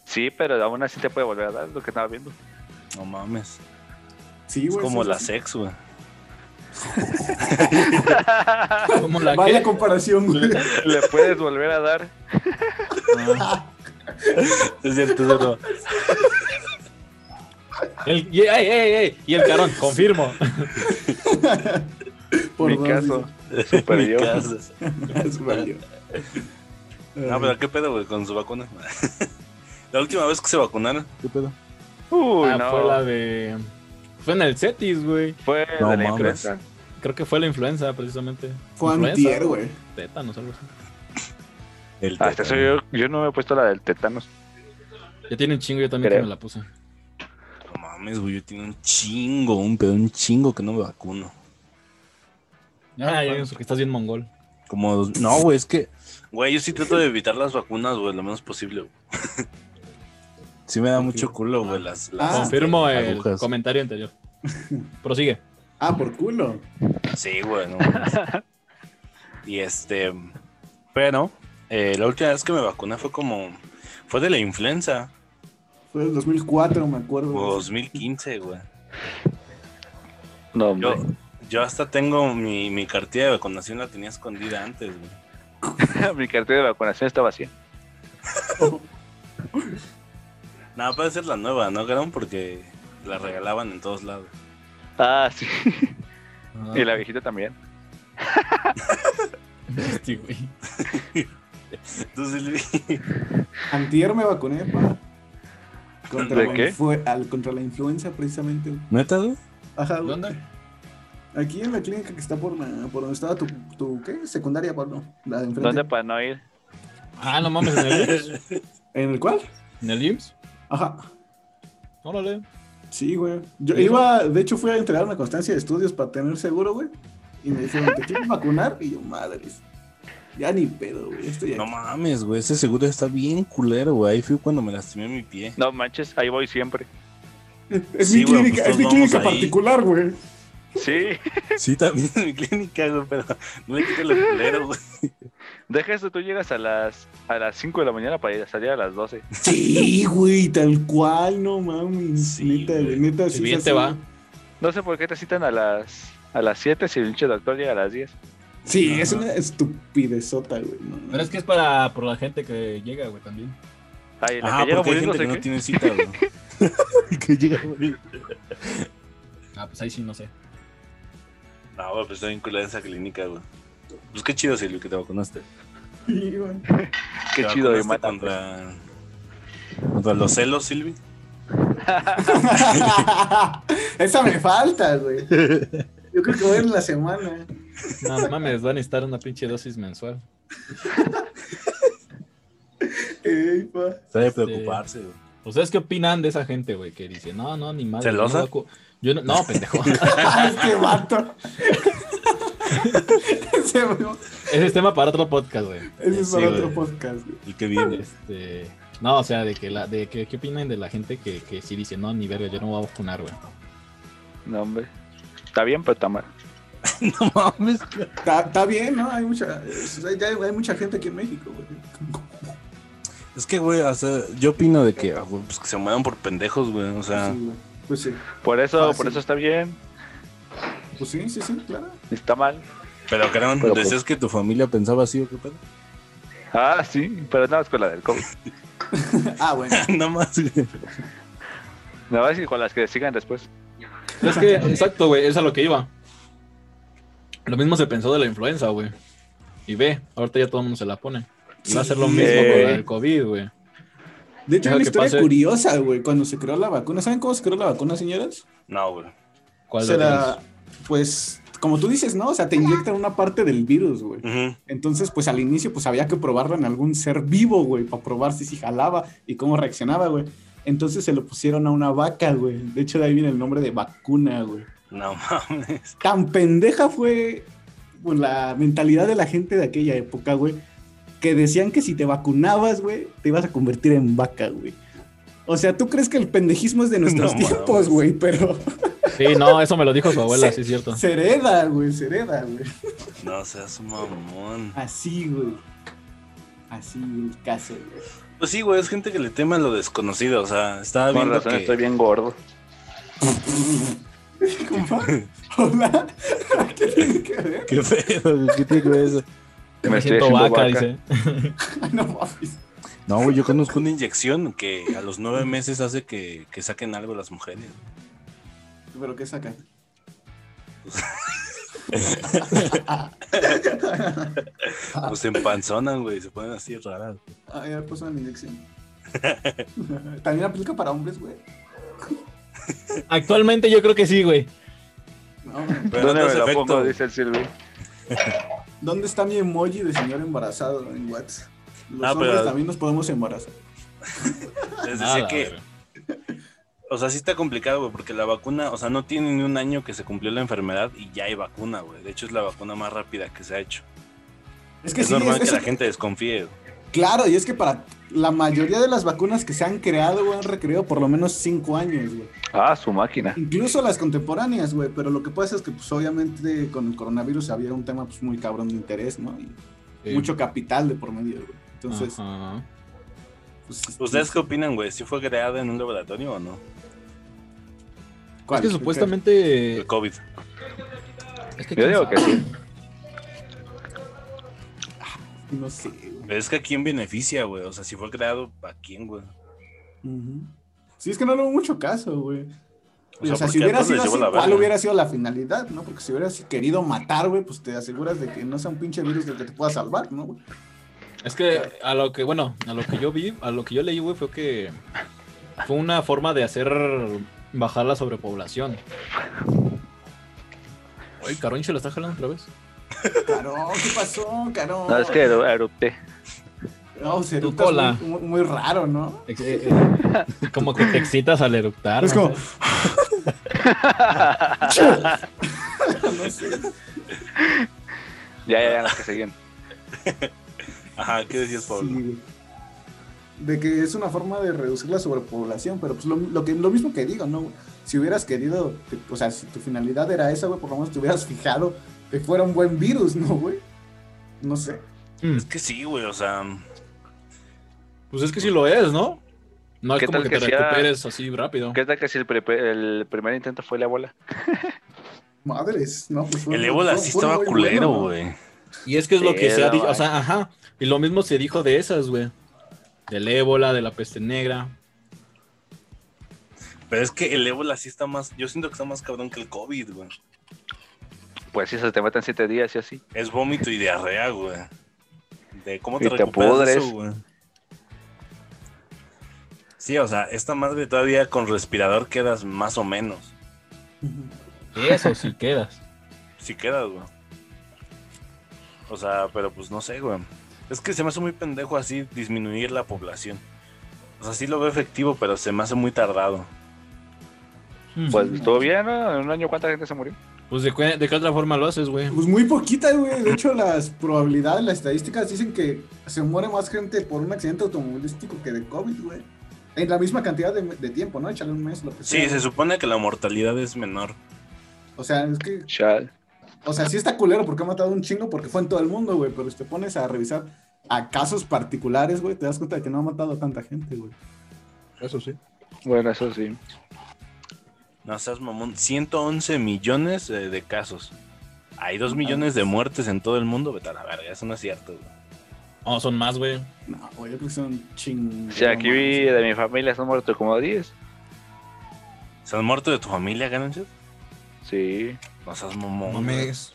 Speaker 3: Sí, pero aún así te puede volver a dar lo que estaba viendo.
Speaker 1: no mames.
Speaker 4: Sí,
Speaker 1: Es
Speaker 4: güey.
Speaker 1: como
Speaker 4: sí,
Speaker 1: la
Speaker 4: sí.
Speaker 1: sex, güey.
Speaker 2: ¿Cómo la
Speaker 4: Vaya
Speaker 2: qué?
Speaker 4: comparación, güey.
Speaker 3: Le puedes volver a dar.
Speaker 2: Ah.
Speaker 1: Es cierto, eso no.
Speaker 2: El, y, ey, ey, ey, y el carón, confirmo.
Speaker 4: Por
Speaker 3: mi
Speaker 4: dos,
Speaker 3: caso.
Speaker 1: En
Speaker 3: Super
Speaker 1: mi
Speaker 3: yo.
Speaker 1: casa.
Speaker 4: dice. Eso valió.
Speaker 1: No,
Speaker 4: Eh,
Speaker 1: pero qué pedo, güey, con su vacuna. la última vez que se vacunaron.
Speaker 4: ¿Qué pedo?
Speaker 3: Uy,
Speaker 2: Ah,
Speaker 3: no.
Speaker 2: Fue la de. Fue en el Cetis, güey.
Speaker 3: Fue
Speaker 1: No
Speaker 3: de la
Speaker 1: mames.
Speaker 3: influenza.
Speaker 2: Creo que fue la influenza, precisamente.
Speaker 4: Fue
Speaker 2: Influenza,
Speaker 4: antier, güey.
Speaker 2: Tétanos, algo así.
Speaker 1: El
Speaker 3: Hasta eso yo, yo no me he puesto la del tetanos.
Speaker 2: Ya tiene un chingo, yo también que
Speaker 3: Creo.
Speaker 2: me la puse.
Speaker 1: No mames, güey, yo tengo un chingo, un pedo, un chingo que no me vacuno.
Speaker 2: Ah, ya que estás bien mongol.
Speaker 1: Como dos- No, güey, es que... Güey, yo sí trato de evitar las vacunas, güey, lo menos posible, güey. Sí me da mucho culo, güey, las... las- este,
Speaker 4: Ah.
Speaker 2: Confirmo el
Speaker 1: Agujas.
Speaker 2: comentario anterior. Prosigue.
Speaker 4: Ah, por culo.
Speaker 1: Sí, güey, no mames. Y este... Pero, eh, la última vez que me vacuné fue como... Fue de la influenza,
Speaker 4: Fue el 2004, me acuerdo.
Speaker 1: Pues, 2015, güey.
Speaker 3: No,
Speaker 1: Yo,
Speaker 3: hombre.
Speaker 1: yo hasta tengo mi, mi cartilla de vacunación, la tenía escondida antes, güey.
Speaker 3: Mi cartera de vacunación está vacía.
Speaker 1: Nada, puede ser la nueva, ¿no, Garón? Porque la regalaban en todos lados.
Speaker 3: Ah, sí.
Speaker 5: Ah.
Speaker 3: Y la viejita también.
Speaker 2: Sí, güey.
Speaker 1: Entonces, Luis,
Speaker 4: Antier me vacuné, pa. Contra
Speaker 3: ¿De
Speaker 4: la
Speaker 3: qué?
Speaker 4: influ- al- contra la influenza, precisamente. güey.
Speaker 1: ¿neta, güey?
Speaker 4: Ajá, güey.
Speaker 5: ¿Dónde?
Speaker 4: Aquí en la clínica que está por, la- por donde estaba tu, tu ¿qué? Secundaria, Pablo. La de enfrente.
Speaker 3: ¿Dónde para no ir?
Speaker 2: Ah, no mames, en el IMSS.
Speaker 4: ¿En el cual?
Speaker 2: ¿En el IMSS?
Speaker 4: Ajá.
Speaker 2: Órale.
Speaker 4: Sí, güey. Yo
Speaker 2: ¿Y eso?
Speaker 4: iba, de hecho, fui a entregar una constancia de estudios para tener seguro, güey. Y me dijeron, ¿te quieres vacunar? Y yo, madres. Ya ni pedo, güey. ya Estoy aquí.
Speaker 1: No mames, güey, ese seguro está bien culero, güey. Ahí fui cuando me lastimé mi pie.
Speaker 3: No manches, ahí voy siempre.
Speaker 4: es
Speaker 1: Sí,
Speaker 4: mi
Speaker 1: güey,
Speaker 4: clínica,
Speaker 1: pues
Speaker 4: es
Speaker 1: todos
Speaker 4: mi
Speaker 1: vamos
Speaker 4: clínica
Speaker 1: ahí.
Speaker 4: particular, güey.
Speaker 3: Sí.
Speaker 1: Sí, también en mi clínica, güey, pero no le quité lo culero, güey.
Speaker 3: Deja eso, tú llegas a las a las 5 de la mañana para ir a salir a las 12.
Speaker 4: Sí, güey, tal cual, no mames.
Speaker 1: Sí,
Speaker 4: neta,
Speaker 1: güey.
Speaker 4: neta,
Speaker 2: Si
Speaker 4: sí,
Speaker 2: bien
Speaker 4: sí,
Speaker 2: te
Speaker 4: sí.
Speaker 2: va.
Speaker 3: No sé por qué te citan a las a las 7 si el pinche doctor llega a las 10.
Speaker 4: Sí,
Speaker 5: Ajá.
Speaker 4: es una estupidezota, güey. no, no.
Speaker 5: Pero es que es para por la gente que llega, güey, también.
Speaker 3: Ay, la
Speaker 1: Ajá,
Speaker 3: que llega
Speaker 1: Ah, porque hay
Speaker 3: muriendo,
Speaker 1: gente que no
Speaker 3: qué.
Speaker 1: tiene cita, güey. que llega a morir.
Speaker 5: Ah, pues ahí sí, no sé.
Speaker 1: No, güey, pues está bien culera esa clínica, güey. Pues qué chido, Silvio, que te vacunaste.
Speaker 4: Sí, güey.
Speaker 3: Qué
Speaker 1: ¿Te
Speaker 3: chido,
Speaker 1: vacunaste
Speaker 3: y mata.
Speaker 1: este Contra... contra los celos, Silvi.
Speaker 4: Esa me falta, güey. Yo creo que voy en la semana.
Speaker 2: No mames, van a necesitar una pinche dosis mensual.
Speaker 4: Ey, pa.
Speaker 1: Está de
Speaker 2: Este-
Speaker 1: preocuparse, güey.
Speaker 2: ¿Ustedes qué opinan de esa gente, güey? Que dice, no, no, ni madre.
Speaker 1: ¿Celosa?
Speaker 2: no vacu- Yo no, no, pendejo.
Speaker 4: este vato. Ese, güey,
Speaker 2: Ese es tema para otro podcast, güey.
Speaker 4: ese es
Speaker 1: Sí,
Speaker 4: para
Speaker 1: güey.
Speaker 4: otro podcast, güey.
Speaker 1: El que viene.
Speaker 2: Este, no, o sea, de que la, de que, qué opinan de la gente que, que sí dice, no, ni verga, yo no voy a vacunar, güey.
Speaker 3: No, hombre. Está bien, pero está mal.
Speaker 1: No mames,
Speaker 4: Está está bien, ¿no? Hay mucha, es- hay, hay- hay mucha gente aquí en México, güey.
Speaker 1: Es que, güey, o sea, yo opino de que, ah, güey, pues que se mueran por pendejos, güey. O sea,
Speaker 4: Sí, güey. Pues sí.
Speaker 3: Por eso,
Speaker 4: Ah,
Speaker 3: por
Speaker 4: sí.
Speaker 3: eso está bien.
Speaker 4: Pues sí, sí, sí, claro.
Speaker 3: Está mal.
Speaker 1: pero cabrón,
Speaker 3: Pero, pues-
Speaker 1: decías que tu familia pensaba así o qué pedo.
Speaker 3: Ah, sí, pero nada más con la del COVID.
Speaker 4: Ah, bueno.
Speaker 1: Nada más, güey.
Speaker 3: Nada más y con las que sigan después.
Speaker 2: Es que, exacto, güey, es a lo que iba. Lo mismo se pensó de la influenza, güey. Y ve, ahorita ya todo el mundo se la pone. Y va a ser lo
Speaker 4: Sí.
Speaker 2: mismo con la del COVID, güey.
Speaker 4: De hecho,
Speaker 2: Deja
Speaker 4: hay una
Speaker 2: que
Speaker 4: historia
Speaker 2: pase.
Speaker 4: curiosa, güey. Cuando se creó la vacuna, ¿saben cómo se creó la vacuna, señoras?
Speaker 1: No, güey.
Speaker 2: ¿Cuál
Speaker 4: se
Speaker 2: de
Speaker 4: la- pues, como tú dices, ¿no? O sea, te inyectan una parte del virus, güey.
Speaker 1: Ujú.
Speaker 4: Entonces, pues al inicio, pues había que probarla en algún ser vivo, güey, para probar si, si jalaba y cómo reaccionaba, güey. Entonces se lo pusieron a una vaca, güey. De hecho, de ahí viene el nombre de vacuna, güey.
Speaker 1: No mames.
Speaker 4: Tan pendeja fue pues, la mentalidad de la gente de aquella época, güey, que decían que si te vacunabas, güey, te ibas a convertir en vaca, güey. O sea, tú crees que el pendejismo es de nuestros
Speaker 1: No mames.
Speaker 4: tiempos, güey, pero
Speaker 2: Sí, no, eso me lo dijo su abuela,
Speaker 4: Se-
Speaker 2: sí es cierto.
Speaker 4: se hereda, güey, se hereda, güey.
Speaker 1: No seas mamón.
Speaker 4: Así, güey. Así el caso, güey.
Speaker 1: Pues sí, güey, es gente que le tema lo desconocido. O sea, estaba
Speaker 3: Con
Speaker 1: viendo
Speaker 3: razón,
Speaker 1: que...
Speaker 3: estoy bien gordo.
Speaker 4: Compa, Hola. ¿Qué tiene que ver?
Speaker 1: ¿Qué pedo? güey? ¿Qué tiene que ver eso?
Speaker 3: Me,
Speaker 2: Me
Speaker 3: estoy
Speaker 2: siento
Speaker 3: haciendo
Speaker 2: vaca,
Speaker 3: vaca.
Speaker 2: dice.
Speaker 4: Ay, No mames.
Speaker 1: No, güey, yo conozco una inyección que a los nueve meses hace que, que saquen algo las mujeres.
Speaker 4: ¿Pero qué saca?
Speaker 1: Pues se empanzonan, güey, se ponen así raras.
Speaker 4: A ver, pues una inyección. También aplica para hombres, güey.
Speaker 2: Actualmente yo creo que sí, güey.
Speaker 4: Pues No,
Speaker 1: Pero
Speaker 3: ¿Dónde
Speaker 1: no
Speaker 3: me
Speaker 1: hace
Speaker 3: la
Speaker 1: efecto,
Speaker 3: pongo?
Speaker 1: güey.
Speaker 3: Dice el Silvi.
Speaker 4: ¿Dónde está mi emoji de señor embarazado en WhatsApp? Los
Speaker 1: Ah,
Speaker 4: hombres
Speaker 1: pero-
Speaker 4: también nos podemos embarazar.
Speaker 1: Les
Speaker 2: Nada,
Speaker 1: decía que,
Speaker 2: güey.
Speaker 1: o sea, sí está complicado, güey, porque la vacuna, o sea, no tiene ni un año que se cumplió la enfermedad y ya hay vacuna, güey. De hecho, es la vacuna más rápida que se ha hecho.
Speaker 4: Es que
Speaker 1: Es
Speaker 4: sí,
Speaker 1: normal
Speaker 4: es-
Speaker 1: que
Speaker 4: es-
Speaker 1: la gente desconfíe. güey.
Speaker 4: claro, y es que para la mayoría de las vacunas que se han creado, güey, han requerido por lo menos cinco años, güey.
Speaker 3: Ah, su máquina.
Speaker 4: Incluso las contemporáneas, güey, pero lo que pasa es que, pues, obviamente, con el coronavirus había un tema, pues, muy cabrón de interés, ¿no? Y
Speaker 2: Sí.
Speaker 4: mucho capital de por medio, güey. Entonces,
Speaker 2: Eh, Ajá.
Speaker 4: pues, este,
Speaker 1: ¿Ustedes qué opinan, güey? ¿Si fue creada en un laboratorio o no?
Speaker 4: ¿cuál?
Speaker 2: Es que supuestamente.
Speaker 1: El COVID.
Speaker 2: es que
Speaker 3: Yo
Speaker 2: quién
Speaker 3: digo que
Speaker 2: sabe.
Speaker 3: sí.
Speaker 4: No sé, güey.
Speaker 1: Pero es que a quién beneficia, güey. O sea, si fue creado, ¿a quién, güey?
Speaker 4: Ujú. Sí, es que no le hubo mucho caso, güey.
Speaker 1: O sea,
Speaker 4: O sea,
Speaker 1: porque
Speaker 4: si hubiera
Speaker 1: a todos les
Speaker 4: sido así,
Speaker 1: llevó la
Speaker 4: ¿cuál
Speaker 1: verga.
Speaker 4: hubiera sido la finalidad, no? Porque si hubieras querido matar, güey, pues te aseguras de que no sea un pinche virus del que te pueda salvar, ¿no, güey?
Speaker 2: Es que a lo que, bueno, a lo que yo vi, a lo que yo leí, güey, fue que fue una forma de hacer bajar la sobrepoblación. Oye, Carón se lo está jalando otra vez.
Speaker 4: Carón, ¿qué pasó, Carón?
Speaker 3: No, es que eru- erupté.
Speaker 4: No, se
Speaker 2: Tu
Speaker 4: eructas
Speaker 2: cola.
Speaker 4: Muy, muy- muy raro, ¿no?
Speaker 2: Ex- eh, eh, como que te excitas al eructar.
Speaker 4: Es
Speaker 2: ¿no?
Speaker 4: como- No sé.
Speaker 3: Ya, ya, ya, las que siguen.
Speaker 1: Ajá, ¿qué decías, Pablo?
Speaker 4: Sí, güey. de que es una forma de reducir la sobrepoblación, pero pues lo, lo que, lo mismo que digo, ¿no? Si hubieras querido, te- o sea, si tu finalidad era esa, güey, por lo menos te hubieras fijado que fuera un buen virus, ¿no, güey? No sé.
Speaker 2: Mm,
Speaker 1: Es que sí, güey, o sea,
Speaker 2: Pues es que sí lo es, ¿no? No es
Speaker 3: ¿Qué
Speaker 2: como
Speaker 3: tal
Speaker 2: que,
Speaker 3: que
Speaker 2: te
Speaker 3: sea-
Speaker 2: recuperes así rápido.
Speaker 3: ¿Qué tal que si el, pre- el primer intento fue la bola?
Speaker 4: Madres, ¿no? Pues fue-
Speaker 1: el ébola
Speaker 4: fue-
Speaker 1: sí
Speaker 4: fue
Speaker 1: estaba
Speaker 4: muy
Speaker 1: culero,
Speaker 4: bueno, ¿no?
Speaker 1: güey.
Speaker 2: Y es que es lo
Speaker 3: Sí,
Speaker 2: que se ha
Speaker 3: no,
Speaker 2: dicho, o
Speaker 3: vaya.
Speaker 2: sea, ajá. Y lo mismo se dijo de esas, güey. Del ébola, de la peste negra.
Speaker 1: Pero es que el ébola sí está más, yo siento que está más cabrón que el COVID, güey.
Speaker 3: Pues sí, se te matan siete días y así.
Speaker 1: Es vómito y diarrea, güey. De cómo te,
Speaker 3: Y te
Speaker 1: recuperas de eso,
Speaker 3: pudres.
Speaker 1: güey. Sí, o sea, esta madre todavía con respirador quedas más o menos.
Speaker 2: Eso sí quedas.
Speaker 1: Sí quedas, güey. O sea, pero pues no sé, güey. Es que se me hace muy pendejo así disminuir la población. O sea, sí lo veo efectivo, pero se me hace muy tardado.
Speaker 3: Pues estuvo bien, ¿no? En un año, ¿cuánta gente se murió?
Speaker 2: Pues de, cu- de qué otra forma lo haces, güey.
Speaker 4: Pues muy poquita, güey. De hecho, las probabilidades, las estadísticas dicen que se muere más gente por un accidente automovilístico que de COVID, güey. En la misma cantidad de, de tiempo, ¿no? Échale un mes, lo que sea.
Speaker 1: Sí, se supone que la mortalidad es menor.
Speaker 4: O sea, es que
Speaker 3: Chal.
Speaker 4: O sea, sí está culero porque ha matado un chingo porque fue en todo el mundo, güey. Pero si te pones a revisar a casos particulares, güey, te das cuenta de que no ha matado a tanta gente, güey.
Speaker 2: Eso sí.
Speaker 3: Bueno, eso sí.
Speaker 1: No seas mamón, 111 millones eh, de casos. Hay 2 millones de muertes en todo el mundo, vete a la verga, eso no es cierto. güey.
Speaker 2: No, son más, güey.
Speaker 4: No, güey, yo creo que son chingos.
Speaker 3: O sea, aquí vi de mi familia, son muertos como 10.
Speaker 1: ¿Se han muerto de tu familia, Ganonchas?
Speaker 3: Sí.
Speaker 1: No seas mamón.
Speaker 6: No
Speaker 1: güey.
Speaker 6: mames.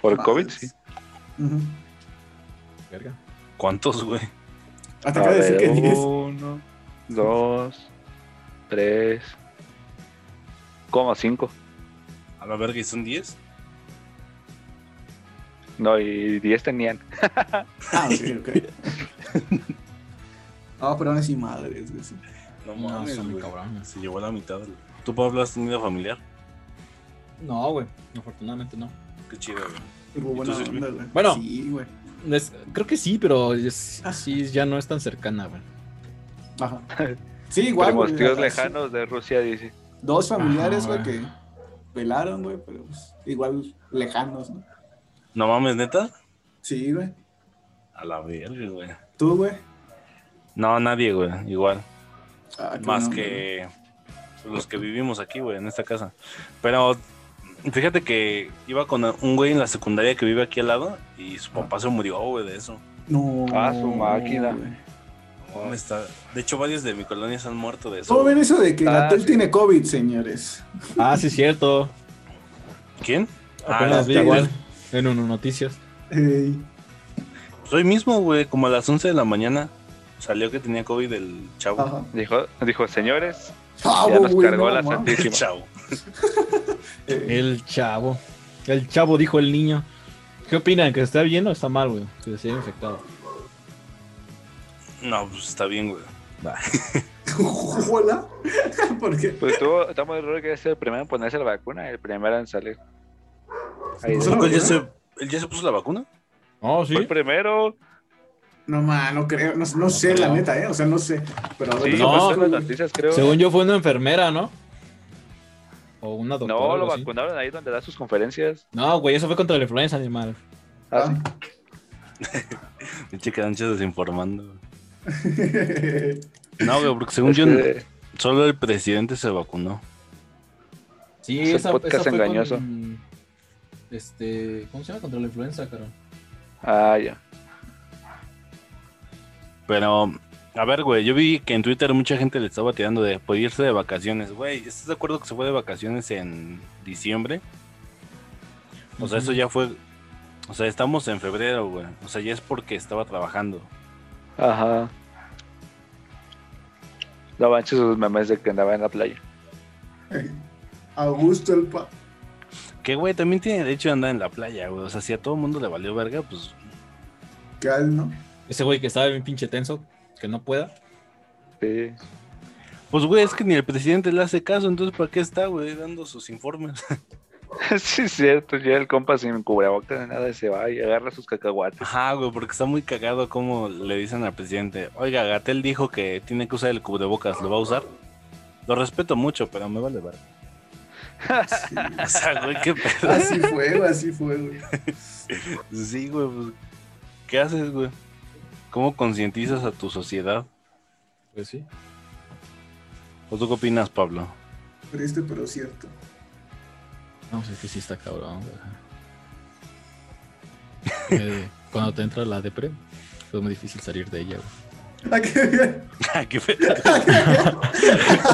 Speaker 3: Por
Speaker 4: Mames.
Speaker 3: COVID, sí.
Speaker 4: Ujú.
Speaker 2: Verga.
Speaker 1: ¿Cuántos, güey?
Speaker 4: Hasta acaba Ah, de decir que 10.
Speaker 3: uh. uno, dos, tres, como cinco.
Speaker 1: A la verga, ¿y son 10?
Speaker 3: No, y diez tenían.
Speaker 4: Ah, ok, ok. No, pero aún así, madres, güey, sí.
Speaker 1: No
Speaker 2: No,
Speaker 1: mames,
Speaker 2: está muy
Speaker 1: güey.
Speaker 2: cabrón.
Speaker 1: Se llevó la mitad. güey. ¿Tú, Pablo, has tenido familiar?
Speaker 2: No, güey. Afortunadamente no.
Speaker 1: Qué chido, güey.
Speaker 4: Estuvo buena
Speaker 1: Entonces,
Speaker 4: onda, güey.
Speaker 2: bueno.
Speaker 4: Sí, güey.
Speaker 2: Es- creo que sí, pero es- sí, ya no es tan cercana, güey.
Speaker 4: Ajá. Sí, igual.
Speaker 3: Primos,
Speaker 4: güey,
Speaker 3: tíos
Speaker 4: así.
Speaker 3: lejanos de Rusia, dice.
Speaker 4: Dos familiares,
Speaker 2: Ajá,
Speaker 4: güey, que pelaron, güey, pero pues, igual lejanos, ¿no?
Speaker 1: No mames, neta.
Speaker 4: Sí, güey.
Speaker 1: A la verga, güey.
Speaker 4: Tú, güey.
Speaker 1: No, nadie, güey. Igual.
Speaker 4: Ah, qué buena
Speaker 1: más
Speaker 4: onda, güey.
Speaker 1: que los que vivimos aquí, güey, en esta casa. Pero fíjate que iba con un güey en la secundaria que vive aquí al lado y su papá se murió, güey, de eso.
Speaker 4: No.
Speaker 3: Ah, su máquina.
Speaker 4: güey.
Speaker 1: No mames, está- De hecho, varios de mi colonia se han muerto de eso.
Speaker 4: ¿Cómo
Speaker 1: güey.
Speaker 4: ven eso de que
Speaker 3: Ah,
Speaker 4: Gatel
Speaker 3: sí.
Speaker 4: tiene COVID, señores?
Speaker 2: Ah, sí, es cierto.
Speaker 1: ¿Quién? Ah,
Speaker 2: Apenas vi
Speaker 1: está-
Speaker 2: igual en uno noticias.
Speaker 4: Ey,
Speaker 1: Pues hoy mismo, güey, como a las 11 de la mañana salió que tenía COVID el chavo.
Speaker 4: Ajá.
Speaker 3: Dijo, dijo señores, Oh. ya
Speaker 4: Chavo,
Speaker 3: nos
Speaker 4: Ah, güey,
Speaker 3: cargó
Speaker 4: no
Speaker 3: la
Speaker 4: mames. Eh,
Speaker 1: El
Speaker 3: santísima.
Speaker 1: chavo.
Speaker 4: Ey,
Speaker 2: El chavo. El chavo dijo el niño. ¿Qué opinan? ¿Que está bien o está mal, güey? Que se haya infectado.
Speaker 1: No, pues está bien, güey.
Speaker 4: Hola. ¿Por qué?
Speaker 3: Pues tuvo, estamos de error que es el primero en ponerse la vacuna, el primero en salir. Ahí
Speaker 4: ¿No
Speaker 3: de-
Speaker 4: se lo
Speaker 1: ¿Él ya
Speaker 4: pusieron?
Speaker 1: se, él ya se puso la vacuna?
Speaker 2: Oh, sí.
Speaker 3: Fue el primero.
Speaker 4: No, ma, no creo, no, no sé, la neta, ¿eh? O sea, no sé. Pero
Speaker 3: Sí,
Speaker 2: no,
Speaker 3: pasó en
Speaker 4: güey.
Speaker 3: las noticias, creo.
Speaker 2: Según yo fue una enfermera, ¿no? O una doctora.
Speaker 3: no,
Speaker 2: algo
Speaker 3: lo
Speaker 2: así.
Speaker 3: vacunaron ahí donde da sus conferencias.
Speaker 2: No, güey, eso fue contra la influenza animal.
Speaker 3: Ah, sí.
Speaker 4: Ah.
Speaker 1: Pinche cancha desinformando. güey. No, güey, porque según yo,
Speaker 3: Este,
Speaker 1: solo el presidente se vacunó.
Speaker 2: Sí,
Speaker 3: Es un podcast engañoso.
Speaker 2: con, este, ¿cómo se llama? Contra la influenza, caro.
Speaker 3: Ah, ya.
Speaker 1: Pero, a ver, güey, yo vi que en Twitter mucha gente le estaba tirando de poder irse de vacaciones. Güey, ¿estás de acuerdo que se fue de vacaciones en diciembre? O sea, eso ya fue. O sea, estamos en febrero, güey. O sea, ya es porque estaba trabajando.
Speaker 3: Ajá. No manches sus memes de que andaba en la playa.
Speaker 4: Ah. Augusto el pa.
Speaker 1: Que, güey, también tiene derecho de andar en la playa, güey. O sea, si a todo el mundo le valió verga, pues.
Speaker 4: Cal, ¿no?
Speaker 2: Ese güey que estaba bien pinche tenso, que no pueda.
Speaker 3: Sí.
Speaker 1: Pues, güey, es que ni el presidente le hace caso. Entonces, ¿para qué está, güey, dando sus informes?
Speaker 3: sí, es cierto. Ya el compa sin cubrebocas ni nada se va y agarra sus cacahuates.
Speaker 1: Ajá, güey, porque está muy cagado como le dicen al presidente. Oiga, Gatel dijo que tiene que usar el cubrebocas. ¿Lo va a usar? Lo respeto mucho, pero me vale verga.
Speaker 4: Sí.
Speaker 1: O sea, güey, qué pedo.
Speaker 4: Así fue, güey, así fue, güey.
Speaker 1: Sí, güey, pues, ¿qué haces, güey? ¿Cómo concientizas a tu sociedad?
Speaker 2: Pues sí.
Speaker 1: ¿O tú qué opinas, Pablo?
Speaker 4: Triste, pero cierto.
Speaker 2: No, pues es que sí está cabrón. güey. Eh, cuando te entra la depre, fue muy difícil salir de ella, güey.
Speaker 4: Ah, ¿Qué,
Speaker 1: Ah, qué pedo.
Speaker 3: ¿De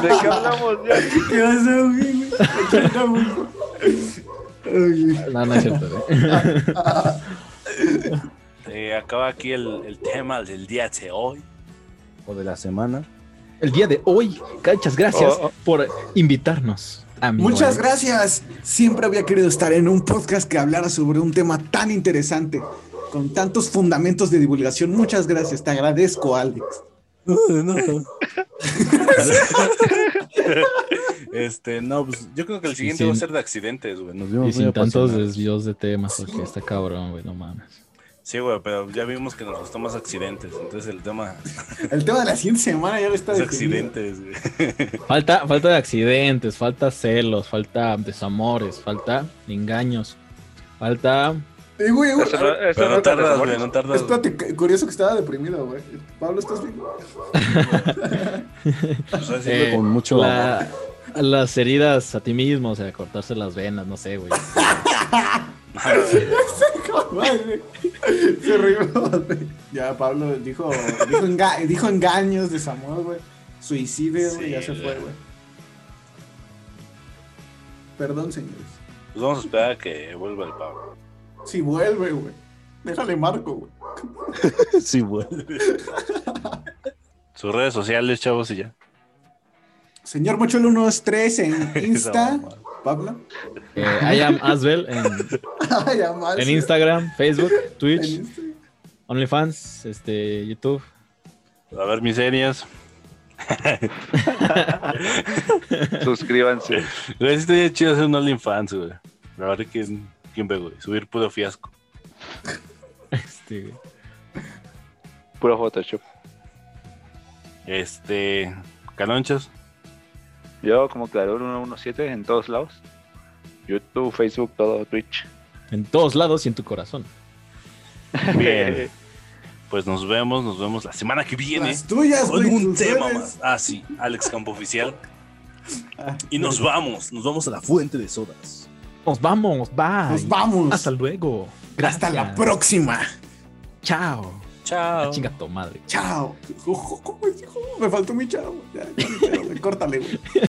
Speaker 3: qué hablamos ya?
Speaker 4: qué vas a oír, güey? ¿Qué era, güey? Ay,
Speaker 2: No, no es cierto, güey.
Speaker 1: Eh, acaba aquí el, el tema del día de hoy. O de la semana.
Speaker 2: El día de hoy, Cachas, gracias
Speaker 3: Oh, oh.
Speaker 2: por invitarnos. amigo. eh.
Speaker 4: Muchas gracias. Siempre había querido estar en un podcast que hablara sobre un tema tan interesante, con tantos fundamentos de divulgación. Muchas gracias. Te agradezco, Alex.
Speaker 1: Este, no, pues yo creo que el
Speaker 2: Y
Speaker 1: siguiente
Speaker 2: sin-
Speaker 1: va a ser de accidentes, güey. Nos vimos muy
Speaker 2: Y sin tantos
Speaker 1: apasionados.
Speaker 2: desvíos de temas, porque está cabrón, güey, no mames.
Speaker 1: Sí, güey, pero ya vimos que nos gustó más accidentes. Entonces el tema
Speaker 4: El tema de la siguiente semana ya lo está
Speaker 1: es
Speaker 4: definido.
Speaker 1: accidentes, güey.
Speaker 2: Falta, falta de accidentes, falta celos, falta desamores, falta engaños, falta.
Speaker 4: Eh, güey, güey, ah,
Speaker 3: Eso no, eso
Speaker 1: Pero
Speaker 3: no
Speaker 1: no
Speaker 3: te
Speaker 1: tardas,
Speaker 3: desamores.
Speaker 1: güey, no tardas.
Speaker 4: espérate, cu- curioso que estaba deprimido, güey. Pablo, ¿estás bien?
Speaker 1: Pues, así,
Speaker 2: eh,
Speaker 1: güey,
Speaker 6: Con mucho amor.
Speaker 2: la- las heridas a ti mismo, o sea, cortarse las venas, no sé, güey.
Speaker 4: Madre. Se rió. güey. Ya Pablo dijo, dijo, enga- dijo engaños, desamor, güey. Suicidio, güey,
Speaker 1: Sí,
Speaker 4: ya se fue,
Speaker 1: güey.
Speaker 4: güey. Perdón, señores.
Speaker 1: Pues vamos a esperar a que vuelva el Pablo.
Speaker 4: Si vuelve, güey. Déjale marco, güey.
Speaker 2: Sí, vuelve.
Speaker 1: Sus redes sociales, chavos, y ya.
Speaker 4: Señor Mochuelo 123 en
Speaker 1: Esa
Speaker 4: Insta.
Speaker 1: mamada.
Speaker 4: Pablo.
Speaker 2: Eh, I am Asbel en,
Speaker 4: Ay, amarse.
Speaker 2: en Instagram, Facebook,
Speaker 4: En
Speaker 2: Twitch,
Speaker 4: Insta.
Speaker 2: OnlyFans, este, YouTube.
Speaker 1: A ver mis series.
Speaker 3: Suscríbanse.
Speaker 1: Güey, sí estaría chido hacer un OnlyFans, güey. La verdad que quién ve, güey. Subir puro fiasco.
Speaker 2: Este, güey.
Speaker 3: Puro Photoshop.
Speaker 1: Este. Calonchos.
Speaker 3: Yo como Clarol 117 en todos lados. YouTube, Facebook, todo, Twitch.
Speaker 2: en todos lados y en tu corazón.
Speaker 1: Bien. Pues nos vemos, nos vemos la semana que viene.
Speaker 4: Las tuyas,
Speaker 1: Con
Speaker 4: güey.
Speaker 1: un
Speaker 4: tus
Speaker 1: tema
Speaker 4: redes.
Speaker 1: más. Ah, sí, Alex Campo Oficial.
Speaker 4: Ah,
Speaker 1: Y nos vamos, nos vamos a la fuente de sodas.
Speaker 2: Nos vamos, bye.
Speaker 4: Nos vamos.
Speaker 2: Hasta luego.
Speaker 4: Hasta la
Speaker 2: Gracias.
Speaker 4: próxima.
Speaker 2: Chao.
Speaker 1: Chao.
Speaker 2: Ah, Chinga tu madre.
Speaker 4: Chao. Ojo, ¿Cómo es? Hijo, Me faltó mi chao. Ya, ya, ya, güey. Córtale, güey.